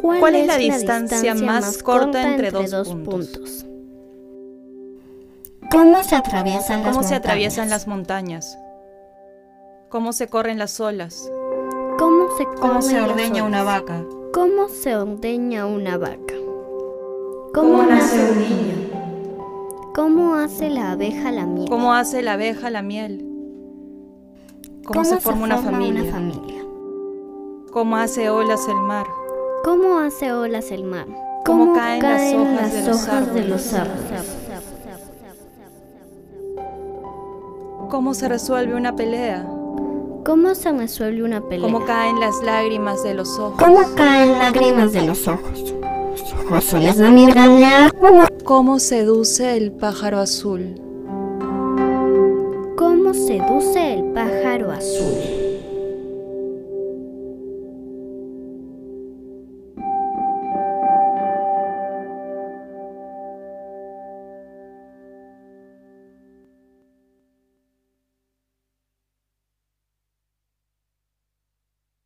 ¿Cuál, ¿Cuál es, la, distancia, distancia más corta entre, entre dos, dos puntos? puntos? ¿Cómo se atraviesan ¿Cómo las se atraviesan las montañas? ¿Cómo se corren las olas? ¿Cómo se, ¿Cómo se las ordeña olas? una vaca? ¿Cómo se ordeña una vaca? ¿Cómo nace un niño? ¿Cómo hace la abeja la miel? ¿Cómo hace la abeja la miel? ¿Cómo, se forma, una, familia? una familia? ¿Cómo hace olas el mar? ¿Cómo hace olas el mar? ¿Cómo caen las hojas de los hojas de árboles? los árboles? ¿Cómo se resuelve una pelea? ¿Cómo se resuelve una pelea? ¿Cómo caen las lágrimas de los ojos? ¿Cómo caen lágrimas de los ojos? Los ojos soles de mi gran árbol. ¿Cómo seduce el pájaro azul? ¿Cómo seduce el pájaro azul?